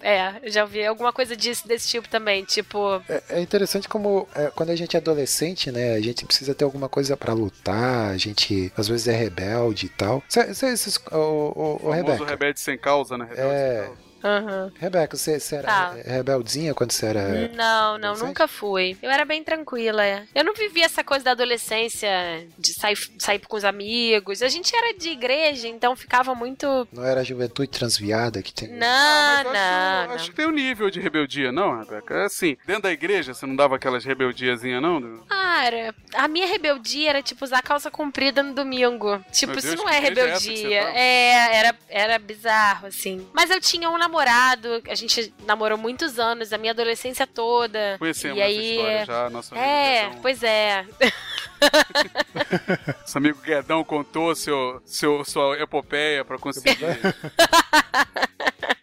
B: É, eu já vi alguma coisa disso, desse tipo também. Tipo,
A: É interessante como é, quando a gente é adolescente, né? A gente precisa ter alguma coisa pra lutar, a gente às vezes é rebelde e tal. Cê, cê, cês- ô, ô, ô,
C: O famoso
A: Rebeca,
C: rebelde sem causa, né? Rebelde
A: É.
C: sem causa.
B: aham.
A: Rebeca, você você era
B: Tá. Hum.
A: re- rebeldinha quando você era.
B: Não, não,
A: É. Adolescente?
B: nunca fui. Eu era bem tranquila, é. Eu não vivia essa coisa da adolescência, de sair, sair com os amigos. A gente era de igreja, então ficava muito.
A: Não era a juventude transviada que tem.
B: Não,
C: Ah, mas
B: não,
C: acho,
B: não.
C: acho que tem um nível de rebeldia, não, Rebeca? É assim, dentro da igreja você não dava aquelas rebeldiazinhas, não?
B: Cara, a minha rebeldia era tipo usar calça comprida no domingo. Tipo,
C: Meu
B: isso
C: Deus,
B: não é
C: que igreja é essa que você
B: rebeldia.
C: tava?
B: É, era, era bizarro, assim. Mas eu tinha um namorado, a gente namorou muitos anos, a minha adolescência toda.
C: Conhecemos
B: e aí,
C: essa história já, então. nosso amigo
B: É,
C: Guedão.
B: pois é.
C: Nosso amigo Guedão contou seu, seu, sua epopeia pra conseguir.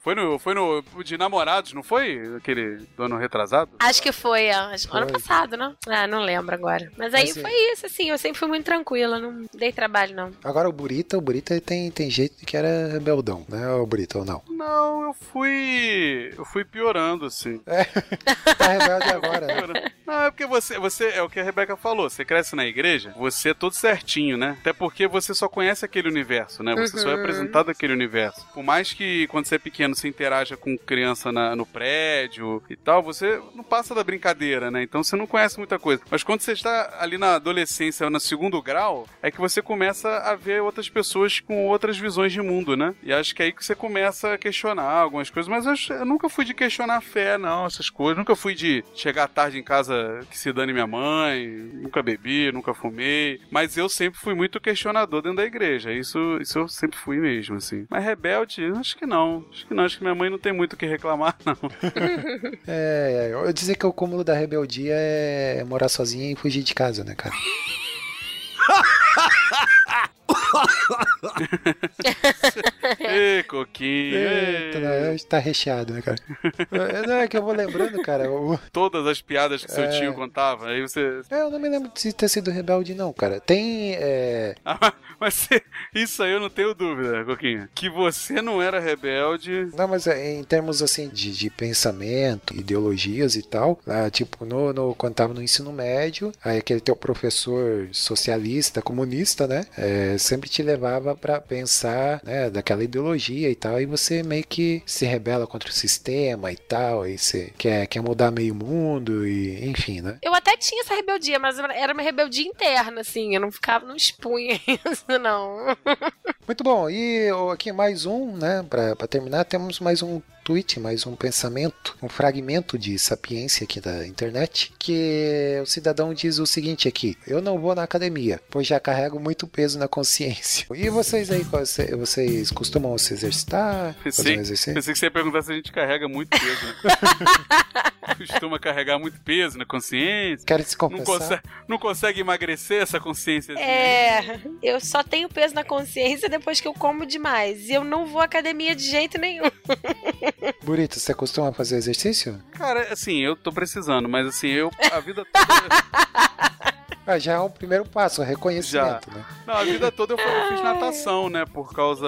C: foi no, foi no de namorados, não foi? Aquele do ano retrasado?
B: Acho que foi, ó, acho- ano
A: Foi.
B: passado, né? Ah, não lembro agora. Mas aí
A: Mas, é.
B: foi isso, assim, eu sempre fui muito tranquila, não dei trabalho, não.
A: Agora o Burita, o Burita ele tem, tem jeito de que era rebeldão, né? O Burita ou não?
C: Não, eu fui. Eu fui piorando, assim.
A: Tá rebelde agora, né?
C: Não, é porque você, você, é o que a Rebeca falou, você cresce na igreja, você é todo certinho, né? Até porque você só conhece aquele universo, né? Você só é
B: Uhum.
C: apresentado aquele universo. Por mais que quando você é pequeno você interaja com criança na- no prédio e tal, você não passa da brincadeira, né? Então você não conhece muita coisa. Mas quando você está ali na adolescência, no segundo grau, é que você começa a ver outras pessoas com outras visões de mundo, né? E acho que é aí que você começa a questionar algumas coisas, mas eu, acho- eu nunca fui de questionar a fé, não, essas coisas. Nunca fui de chegar tarde em casa que se dane minha mãe, nunca bebi, nunca fumei. Mas eu sempre fui muito questionador dentro da igreja. Isso, isso eu sempre fui mesmo, assim. Mas rebelde, acho que não. Acho que não, acho que minha mãe não tem muito o que reclamar, não.
A: É, é, eu dizer que o cúmulo da rebeldia é morar sozinha e fugir de casa, né, cara?
C: Ê, coquinho. ê.
A: Eita, não, hoje tá recheado, né, cara? É, Não, é que eu vou lembrando, cara. o-
C: Todas as piadas que seu
A: É.
C: tio contava. Aí você.
A: É, eu não me lembro de ter sido rebelde, não, cara. Tem. É...
C: Ah, mas você- isso aí eu não tenho dúvida, Coquinho. Que você não era rebelde.
A: Não, mas é, em termos assim de, de pensamento, ideologias e tal, lá, tipo, no, no- quando tava no ensino médio, aí aquele teu professor socialista, comunista, né? é, sempre te levava pra pensar né, daquela ideologia e tal, e você meio que se rebela contra o sistema e tal, e você quer, quer mudar meio mundo, e enfim, né?
B: Eu até tinha essa rebeldia, mas era uma rebeldia interna, assim. Eu não ficava, não expunha isso, não.
A: Muito bom, e ó, aqui mais um, né? Pra, pra terminar, temos mais um tweet, mais um pensamento, um fragmento de sapiência aqui da internet, que o cidadão diz o seguinte aqui, eu não vou na academia, pois já carrego muito peso na consciência. E vocês aí, qual- cê- vocês costumam se exercitar? Fazer
C: Sim.
A: um exercício?
C: Pensei que você ia perguntar se a gente carrega muito peso. Né? Costuma carregar muito peso na consciência.
A: Querem se
C: Não
A: compensar?
C: consegue, não consegue emagrecer essa consciência.
B: É, eu só tenho peso na consciência depois que eu como demais. E eu não vou à academia de jeito nenhum.
A: Burito, você costuma fazer exercício?
C: Cara, assim, eu tô precisando, mas assim, eu a vida toda,
A: Ah, já é um primeiro passo, o reconhecimento, né?
C: não, a vida toda eu, fa- eu fiz natação, né, por causa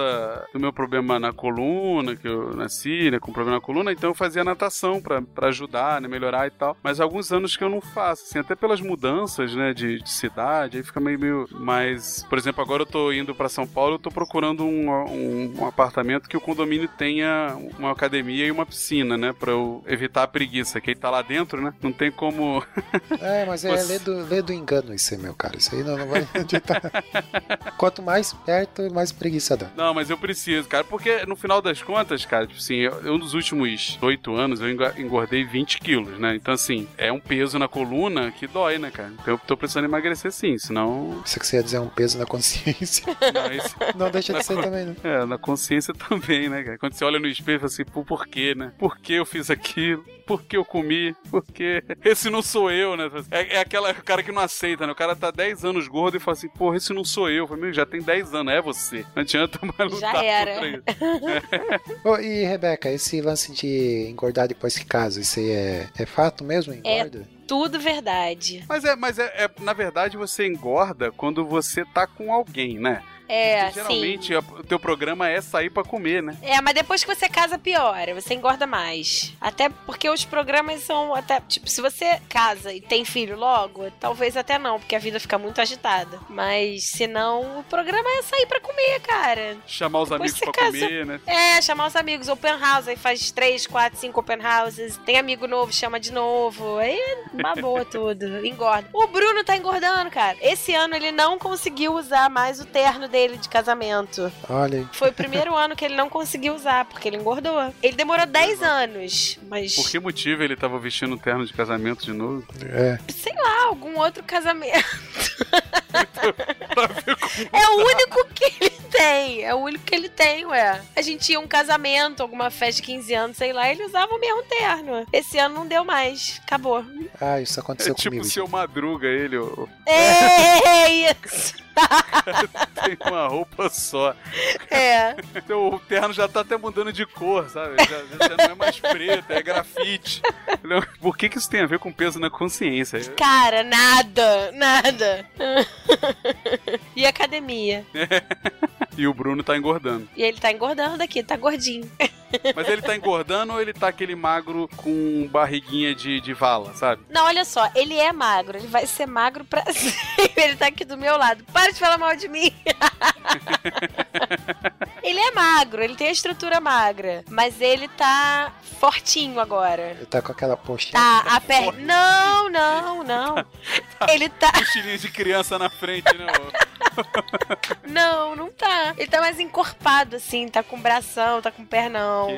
C: do meu problema na coluna, que eu nasci, né, com problema na coluna, então eu fazia natação pra, pra ajudar, né, melhorar e tal. Mas há alguns anos que eu não faço, assim, até pelas mudanças, né, de, de cidade, aí fica meio meio mas, por exemplo, agora eu tô indo pra São Paulo, eu tô procurando um, um, um apartamento que o condomínio tenha uma academia e uma piscina, né, pra eu evitar a preguiça, que aí tá lá dentro, né? Não tem como
A: É, mas é
C: Você-
A: lê do, lê do engano isso aí, meu cara. Isso aí não, não vai adiantar. Quanto mais perto, mais preguiça dá.
C: Não, mas eu preciso, cara, porque no final das contas, cara, tipo assim, eu, eu nos últimos oito anos eu engo- engordei 20 quilos, né? Então, assim, é um peso na coluna que dói, né, cara? Então eu tô precisando emagrecer sim, senão.
A: Isso que você ia dizer é um peso na consciência.
C: não, isso-
A: Não deixa de ser também, né?
C: é, na consciência também, né, cara? Quando você olha no espelho e fala assim, pô, por quê, né? Por que eu fiz aquilo? Por que eu comi? Por que? Esse não sou eu, né? É, é aquela o cara que não aceita, né? O cara tá 10 anos gordo e fala assim, porra, esse não sou eu. Eu falo, meu, já tem 10 anos, é você. Não adianta mais lutar
B: era.
C: contra isso.
A: Ô, e, Rebeca, esse lance de engordar depois que casa, isso aí é, é fato mesmo? Engorda?
B: Tudo verdade.
C: Mas é, mas é, é- na verdade você engorda quando você tá com alguém, né?
B: É,
C: Porque geralmente
B: sim.
C: a- o teu programa é sair pra comer, né?
B: É, mas depois que você casa, piora. Você engorda mais. Até porque os programas são até. Tipo, se você casa e tem filho logo, talvez até não, porque a vida fica muito agitada. Mas se não, o programa é sair pra comer, cara.
C: Chamar os
B: Depois
C: amigos
B: você
C: pra
B: casa.
C: comer, né?
B: É, chamar os amigos, open house, aí faz três, quatro, cinco open houses, tem amigo novo, chama de novo, aí babou tudo, engorda. O Bruno tá engordando, cara. Esse ano ele não conseguiu usar mais o terno dele de casamento.
A: Olha aí.
B: Foi o primeiro ano que ele não conseguiu usar, porque ele engordou. Ele demorou 10 anos, mas
C: Por que motivo ele tava vestindo um terno de casamento de novo?
A: É.
B: sei lá, algum outro casamento.
C: pra ver como...
B: É o único que ele tem, é o único que ele tem, ué. A gente ia a um casamento, alguma festa de 15 anos, sei lá, ele usava o mesmo terno. Esse ano não deu mais, acabou.
A: Ah, isso
C: É
A: aconteceu
C: tipo
A: comigo.
C: seu madruga, ele ó,
B: É isso!
C: tem uma roupa só.
B: É.
C: Teu terno já tá até mudando de cor, sabe? Já, já- já não é mais preto, é grafite. Entendeu? Por que, que isso tem a ver com peso na consciência?
B: Cara, nada, nada. E academia.
C: E o Bruno tá engordando.
B: E ele tá engordando aqui, tá gordinho.
C: Mas ele tá engordando ou ele tá aquele magro com barriguinha de, de vala, sabe?
B: Não, olha só, ele é magro, ele vai ser magro pra sempre. Ele tá aqui do meu lado. Para de falar mal de mim. Ele é magro, ele tem a estrutura magra. Mas ele tá fortinho agora.
A: Tá com aquela postinha.
B: Tá, a perna. Não, não, não. Ele tá.
C: Mochilinha de criança na frente, né? ô?
B: Não, não tá. Ele tá mais encorpado, assim, tá com bração, tá com pernão.
C: Que,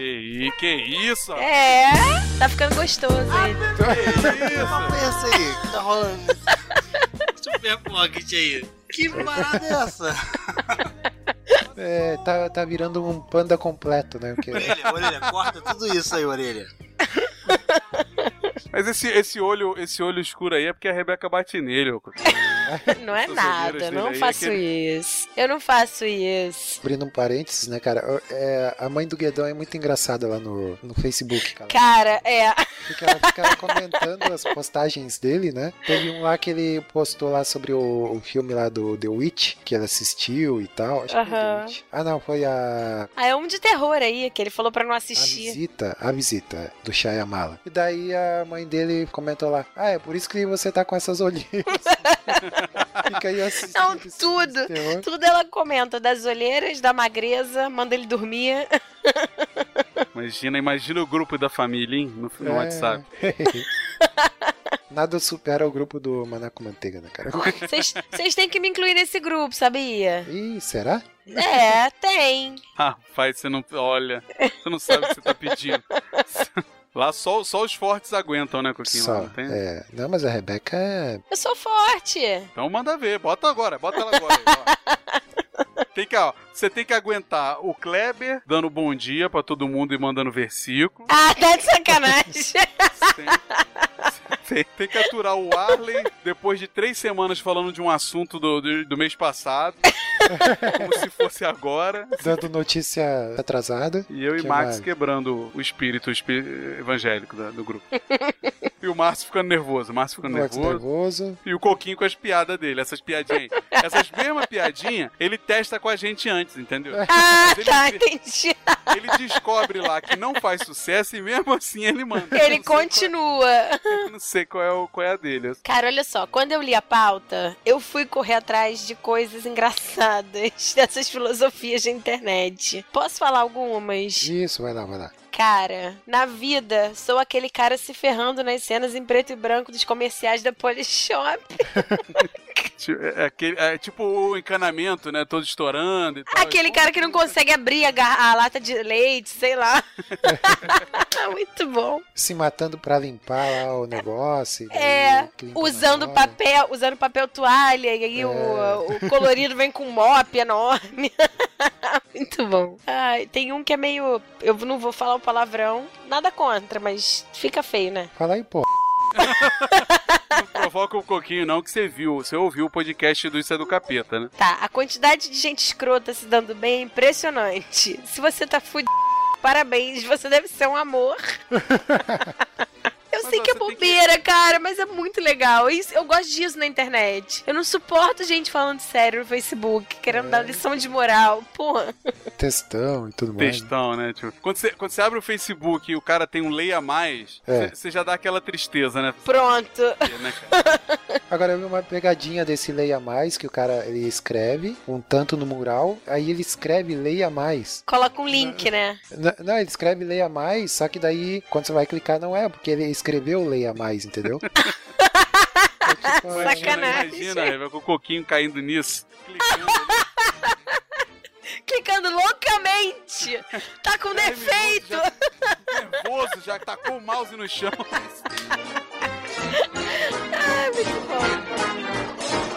C: i- que Ah, isso? ó.
B: É, tá ficando gostoso ele.
C: Que
D: Pensa aí, que tá rolando. Super pocket aí. Que parada é essa?
A: É, tá, tá virando um panda completo, né? Porque...
D: Orelha, orelha, corta tudo isso aí, orelha.
C: isso? Mas esse, esse, olho, esse olho escuro aí é porque a Rebeca bate nele, ô.
B: Não é
C: Essas olheiras
B: nada,
C: dele
B: não
C: aí é
B: faço
C: que
B: isso. Eu não faço isso.
A: Abrindo um parênteses, né, cara? eu- é, a mãe do Guedão é muito engraçada lá no, no Facebook, cara.
B: Cara, é.
A: Porque ela fica comentando as postagens dele, né? Teve um lá que ele postou lá sobre o, o filme lá do The Witch, que ele assistiu e tal. Acho que foi The
B: Aham.
A: Witch. Ah, não, foi a
B: Ah, é um de terror aí, que ele falou pra não
A: A
B: assistir.
A: visita, a visita é, do Shyamala. E daí a mãe dele comentou lá: Ah, é por isso que você tá com essas olheiras. Fica aí assistindo.
B: Não,
A: esse
B: tudo.
A: filme de terror.
B: Tudo ela comenta, das olheiras, da magreza, manda ele dormir.
C: Imagina, imagina o grupo da família, hein? No, no
A: É.
C: WhatsApp.
A: Nada supera o grupo do Maná com Manteiga, né, cara?
B: Vocês vocês têm que me incluir nesse grupo, sabia?
A: Ih, será?
C: Um
B: É, tem.
C: Rapaz, você não. Olha, você não sabe o que você tá pedindo. Lá só, só os fortes aguentam, né, Coquinho? Lá
A: Só.
C: não tem?
A: É, não, mas a Rebeca é.
B: Eu sou forte.
C: Então manda ver, bota agora, bota ela agora. aí, ó. Tem que, ó, você tem que aguentar o Kleber dando bom dia pra todo mundo e mandando versículo.
B: Ah, tá de sacanagem.
C: Você tem- Tem, tem que aturar o Arlen depois de três semanas falando de um assunto do, do, do mês passado, como se fosse agora.
A: Dando notícia atrasada.
C: E eu e
A: Que
C: Max
A: mais?
C: quebrando o espírito, o espí- evangélico da- do grupo. e o Márcio ficando nervoso, o Márcio ficando
A: Max
C: nervoso.
A: nervoso.
C: E o Coquinho com as piadas dele, essas piadinhas aí. Essas mesmas piadinhas, ele testa com a gente antes, entendeu?
B: Ah,
C: Mas
B: tá,
C: ele-
B: entendi.
C: Ele descobre lá que não faz sucesso e mesmo assim ele manda. Eu
B: Ele
C: não sei qual-
B: continua.
C: eu não sei qual é, o, qual é a dele.
B: Cara, olha só, quando eu li a pauta, eu fui correr atrás de coisas engraçadas dessas filosofias de internet. Posso falar algumas?
A: Isso, vai lá, vai lá.
B: Cara, na vida, sou aquele cara se ferrando nas cenas em preto e branco dos comerciais da Polishop.
C: Ti- É, é aquele- é tipo o encanamento, né? Todo estourando e tal.
A: é
C: então
B: Aquele cara que não consegue abrir a, gar- a lata de leite, sei lá. Muito bom.
A: Se matando pra limpar lá o negócio. e daí
B: É,
A: o que limpa na
B: Usando
A: hora.
B: papel, usando papel toalha, e aí
A: É.
B: o, o colorido vem com um mop enorme. Muito bom. Ai, tem um que é meio. Eu não vou falar o palavrão, nada contra, mas fica feio, né?
A: Fala aí, pô.
C: Não provoca o Coquinho, não, que você viu. Você ouviu o podcast do Isso é do Capeta, né?
B: Tá, a quantidade de gente escrota se dando bem é impressionante. Se você tá fudido, parabéns, você deve ser um amor. Eu
C: Mas
B: sei que é
C: você tem que-
B: bobeira, cara, mas é muito legal. Isso, eu gosto disso na internet. Eu não suporto gente falando sério no Facebook, querendo
C: É.
B: dar lição de moral. Pô,
A: Textão e tudo mais.
C: Textão, né? Tipo, quando você, quando você abre o Facebook e o cara tem um lei a mais,
A: É.
C: você você já dá aquela tristeza, né?
B: pronto.
C: Porque, né, cara?
A: Agora eu vi uma pegadinha desse Leia Mais, que o cara ele escreve um tanto no mural, aí ele escreve Leia Mais.
B: Coloca um link, né?
A: N- não, ele escreve Leia Mais, só que daí quando você vai clicar não é, porque ele escreveu Leia Mais, entendeu? tipo É tipo, é,
B: Sacanagem.
C: Imagina, imagina, com o Coquinho caindo nisso. Clicando ali,
B: Clicando loucamente. Tá com
C: dez minutos,
B: defeito.
C: né? já- Nervoso, já tacou o mouse no chão.
B: Ai, muito bom.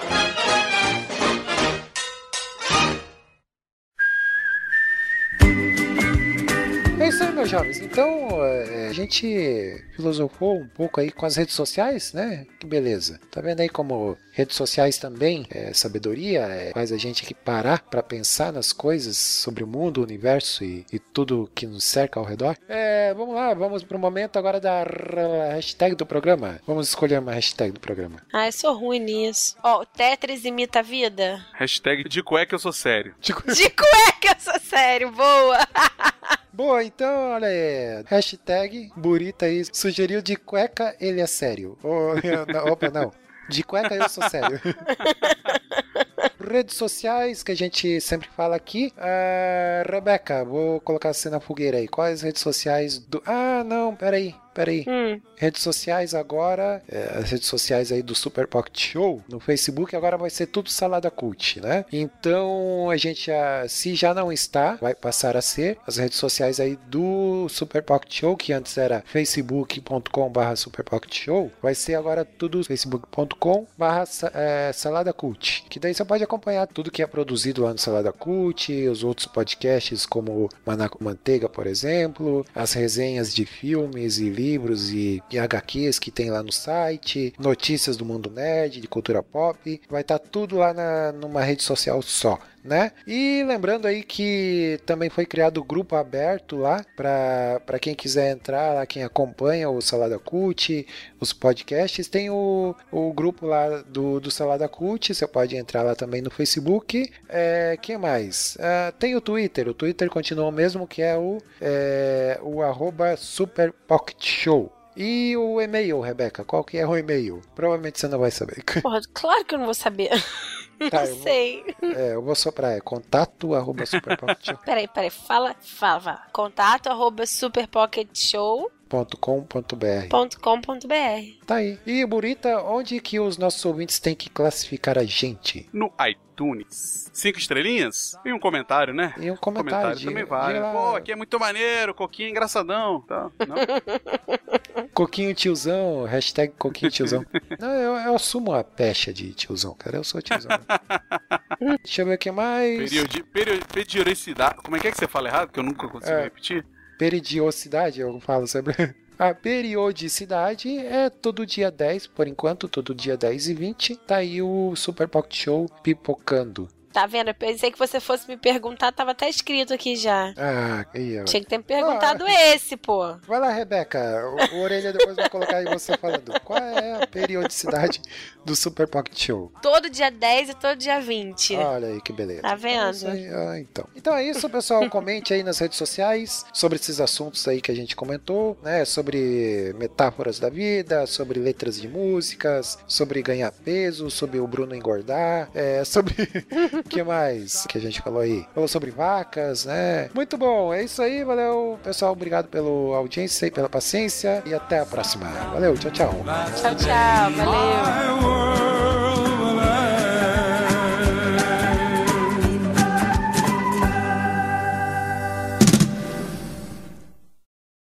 A: É isso aí, meus jovens. Então, é, a gente filosofou um pouco aí com as redes sociais, né? Que beleza. Tá vendo aí como redes sociais também é sabedoria, é, faz a gente aqui parar pra pensar nas coisas sobre o mundo, o universo e, e tudo que nos cerca ao redor. É, vamos lá, vamos pro momento agora da hashtag do programa. Vamos escolher uma hashtag do programa.
B: Ai, eu sou ruim nisso. Ó, o Tetris imita a vida.
C: Hashtag de cueca eu sou sério.
B: De cueca, essa sério, boa!
A: Boa, então, olha aí. Hashtag Burita aí sugeriu de cueca ele é sério. Ô, não, opa, não. De cueca eu sou sério. Redes sociais que a gente sempre fala aqui. Ah, Rebeca, vou colocar você na fogueira aí. Quais redes sociais do. Ah, não, peraí, peraí.
B: Hum,
A: Redes sociais agora. é, as redes sociais aí do Super Pocket Show no Facebook agora vai ser tudo Salada Cult, né? Então a gente, já, se já não está, vai passar a ser as redes sociais aí do Super Pocket Show, que antes era facebook.com/barra Super Pocket Show, vai ser agora tudo facebook.com/barra sa- é, Salada Cult. Que daí você pode acompanhar tudo que é produzido lá no Salada Cult, os outros podcasts como Maná com Manteiga, por exemplo, as resenhas de filmes e livros e, e HQs que tem lá no site, tá notícias do mundo nerd, de cultura pop, vai estar tudo lá na, numa rede social só. né? E lembrando aí que também foi criado o grupo aberto lá para quem quiser entrar, lá quem acompanha o Salada Cult, os podcasts, tem o, o grupo lá do, do Salada Cult, você pode entrar lá também no Facebook. É, que mais? Ah, tem o Twitter, o Twitter continua o mesmo que é o, é, o arroba Super Pocket Show. E o e-mail, Rebeca? Qual que é o e-mail? Provavelmente você não vai saber.
B: Porra, claro que eu não vou saber.
A: Tá, eu
B: não
A: vou-
B: sei.
A: É, eu vou soprar, é contato arroba superpocketshow.com.br.
B: Peraí, peraí. Fala, fala, fala. Contato arroba superpocketshow.com.br
A: Tá aí. E Burita, onde que os nossos ouvintes têm que classificar a gente?
C: No iTunes. Cinco estrelinhas? E um comentário, né?
A: E um
C: Comentário
A: comentário, diga-
C: também vale.
A: diga lá,
C: Pô, aqui é muito maneiro, coquinha é engraçadão. Tá, não?
A: Coquinho tiozão, hashtag coquinho tiozão. Não, eu, eu assumo a pecha de tiozão, cara. Eu sou tiozão. Deixa eu ver o que mais.
C: Periodi, perio- periodicidade. Como é que é que você fala errado? Que eu nunca consigo
A: É.
C: repetir.
A: Peridiosidade, eu falo sobre. A periodicidade é todo dia 10, por enquanto, todo dia 10 e 20. Tá aí o Super Pocket Show pipocando.
B: Tá vendo? Eu pensei que você fosse me perguntar, tava até escrito aqui já.
A: Ah, e eu-
B: Tinha que ter me perguntado
A: Ah.
B: esse, pô.
A: Vai lá, Rebeca. O, o Orelha depois vai colocar aí você falando. Qual é a periodicidade do Super Pocket Show?
B: Todo dia 10 e todo dia 20.
A: Olha aí que beleza.
B: Tá
A: É
B: vendo?
A: Ah. isso aí, ah, então. Então é isso, pessoal. Comente aí nas redes sociais sobre esses assuntos aí que a gente comentou, né? Sobre metáforas da vida, sobre letras de músicas, sobre ganhar peso, sobre o Bruno engordar, é, sobre o que mais que a gente falou aí? Falou sobre vacas, né? Muito bom, é isso aí. Valeu, pessoal. Obrigado pela audiência e pela paciência. E até a próxima. Valeu, tchau, tchau.
B: Tchau, tchau. Valeu.
G: I